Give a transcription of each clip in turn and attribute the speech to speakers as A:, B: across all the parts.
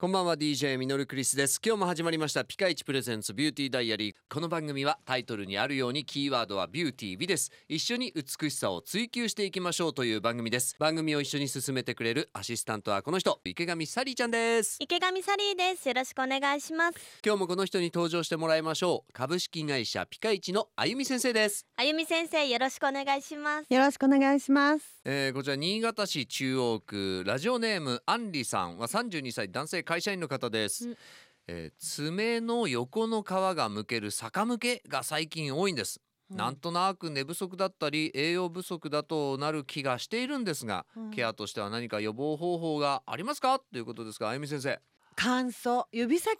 A: こんばんは DJ ミノルクリスです今日も始まりましたピカイチプレゼンツビューティーダイアリーこの番組はタイトルにあるようにキーワードはビューティー美です一緒に美しさを追求していきましょうという番組です番組を一緒に進めてくれるアシスタントはこの人池上サリーちゃんです
B: 池上サリーですよろしくお願いします
A: 今日もこの人に登場してもらいましょう株式会社ピカイチのあゆみ先生です
B: あゆみ先生よろしくお願いします
C: よろしくお願いします。
A: えーこちら新潟市中央区ラジオネームアンリさんは32歳男性会社員の方です、
B: うん
A: えー爪の横の皮がむける逆向けが最近多いんです、なんとなく寝不足だったり栄養不足だとなる気がしているんですが、
C: うん
A: ケアとしては何か予防方法がありますかということですがあゆみ先生
C: 乾燥、指先っ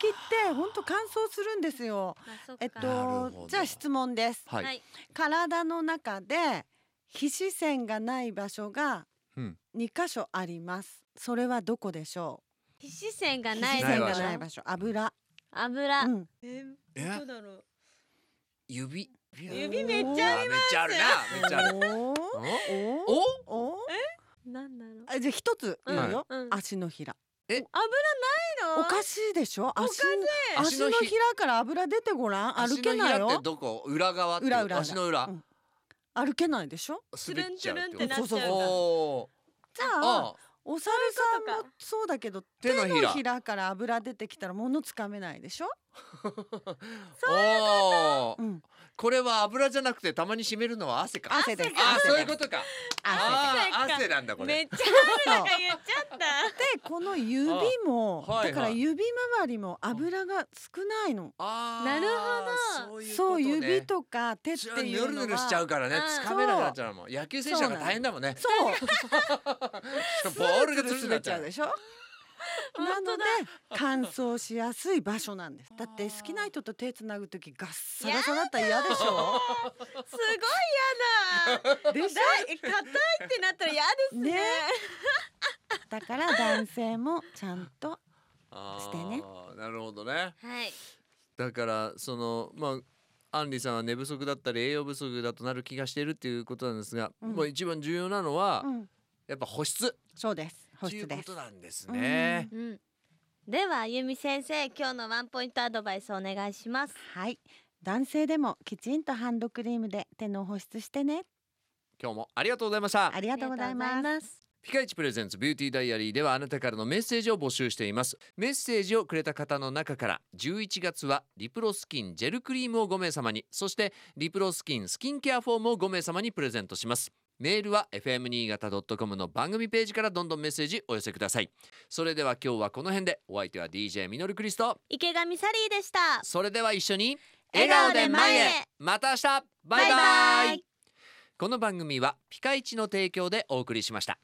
C: て本当乾燥するんですよ。えっ
A: なるほ
C: と
A: ど、
C: じゃあ質問です。
A: はい、
B: はい
C: 体の中で皮脂腺がない場所が
A: うん
C: 二箇所あります。それはどこでしょ
B: 皮脂腺が
C: う。
B: ない
C: 皮
B: の
C: 脂腺
B: が
C: がない場所、油。
B: 油、
C: うん、
D: えー
A: え
D: どこだろう
A: 指
D: 指めっちゃあり
A: めっちゃあるなめっちゃある
C: お
A: お
C: ーお
A: お
C: ーおー。
B: なんだろう
C: あじゃあ一つ言うよ。
B: うんうん
C: 足のひら。
D: ないの
C: おかしいでしょ。足
A: かしい
C: 足のひらから油出てごらん。歩けない
A: 足の裏っ
C: よ
A: て。どこ裏側って
C: 裏裏
A: 足の裏、
C: うん歩けないでしょ。
A: 滑っちゃうっ
D: つるんつるんって
A: てこと
D: なっちゃうんだ
A: おー
C: じゃあ
A: あ
C: お猿
D: そう
C: さ
D: いうんこと
C: もそうだけど
A: 手
C: 手
A: の
C: の
A: ひら
C: ひらから油出てきたら物つかめないでしょ、
A: そういうこ
C: うん、
A: これは油じゃなくてたまに湿るのは汗か
C: 汗です
A: あ
C: 汗です
A: そういうことかあ
C: 汗
A: ー
D: 汗か
A: 汗なんだこ
D: め
A: れ
D: っちゃある
C: そう
D: とか言っちゃった
C: でこの指も
A: あはいはい
C: だから指周りも油が少ないの
A: あー
B: なる
A: そういう
C: そう
A: ことね
C: 指とか手って
A: じゃあぬ
C: いう
A: る
C: の
A: ぬる
C: は
A: しちゃうからね
B: うん
A: 掴めなくなっちゃうもん野球選手なんか大変だもんね
C: そう
A: ボールがつるつ
C: つるつる
A: る
C: 滑
A: っ
C: っ
A: ち
C: ち
A: ゃ
C: ゃ
A: う
C: う
A: で
C: で
A: し
C: しょ
B: 本
C: な
B: 当だ
C: ので乾燥しやすい場所なんですだって好きな人と手つなぐ時ガッサガサだったら嫌でし ょ
D: すごい嫌だ
C: でしょ
D: だい硬いってなったら嫌ですね
C: ねだから男性もちゃんと
A: ょ
C: してね
A: なるほどね
B: はい
A: だからそのまあアンリさんは寝不足だったり栄養不足だとなる気がしているっていうことなんですが、
C: うん
A: もう一番重要なのは、
C: うん
A: やっぱ保湿
C: そうです保
A: とい
C: 湿
A: うこ
C: です
A: となんですね。
B: うんではあゆみ先生今日のワンポイントアドバイスお願いします
C: はい男性でもきちんとハンドクリームで手の保湿してね
A: 今日もありがとうございました
C: ありがとうございます
B: す
A: ピカイチプレゼンツビューティーダイアリーではあなたからのメッセージを募集していますメッセージをくれた方の中から11月はリプロスキンジェルクリームを5名様にそしてリプロスキンスキンケアフォームを5名様にプレゼントしますメールは fm 新潟 .com の番組ページからどんどんメッセージお寄せくださいそれでは今日はこの辺でお相手は DJ ミノルクリスト
B: 池上サリーでした
A: それでは一緒に
B: 笑顔で前へ
A: また明日バイバイ
B: バイバイ
A: この番組はピカイチの提供でお送りしました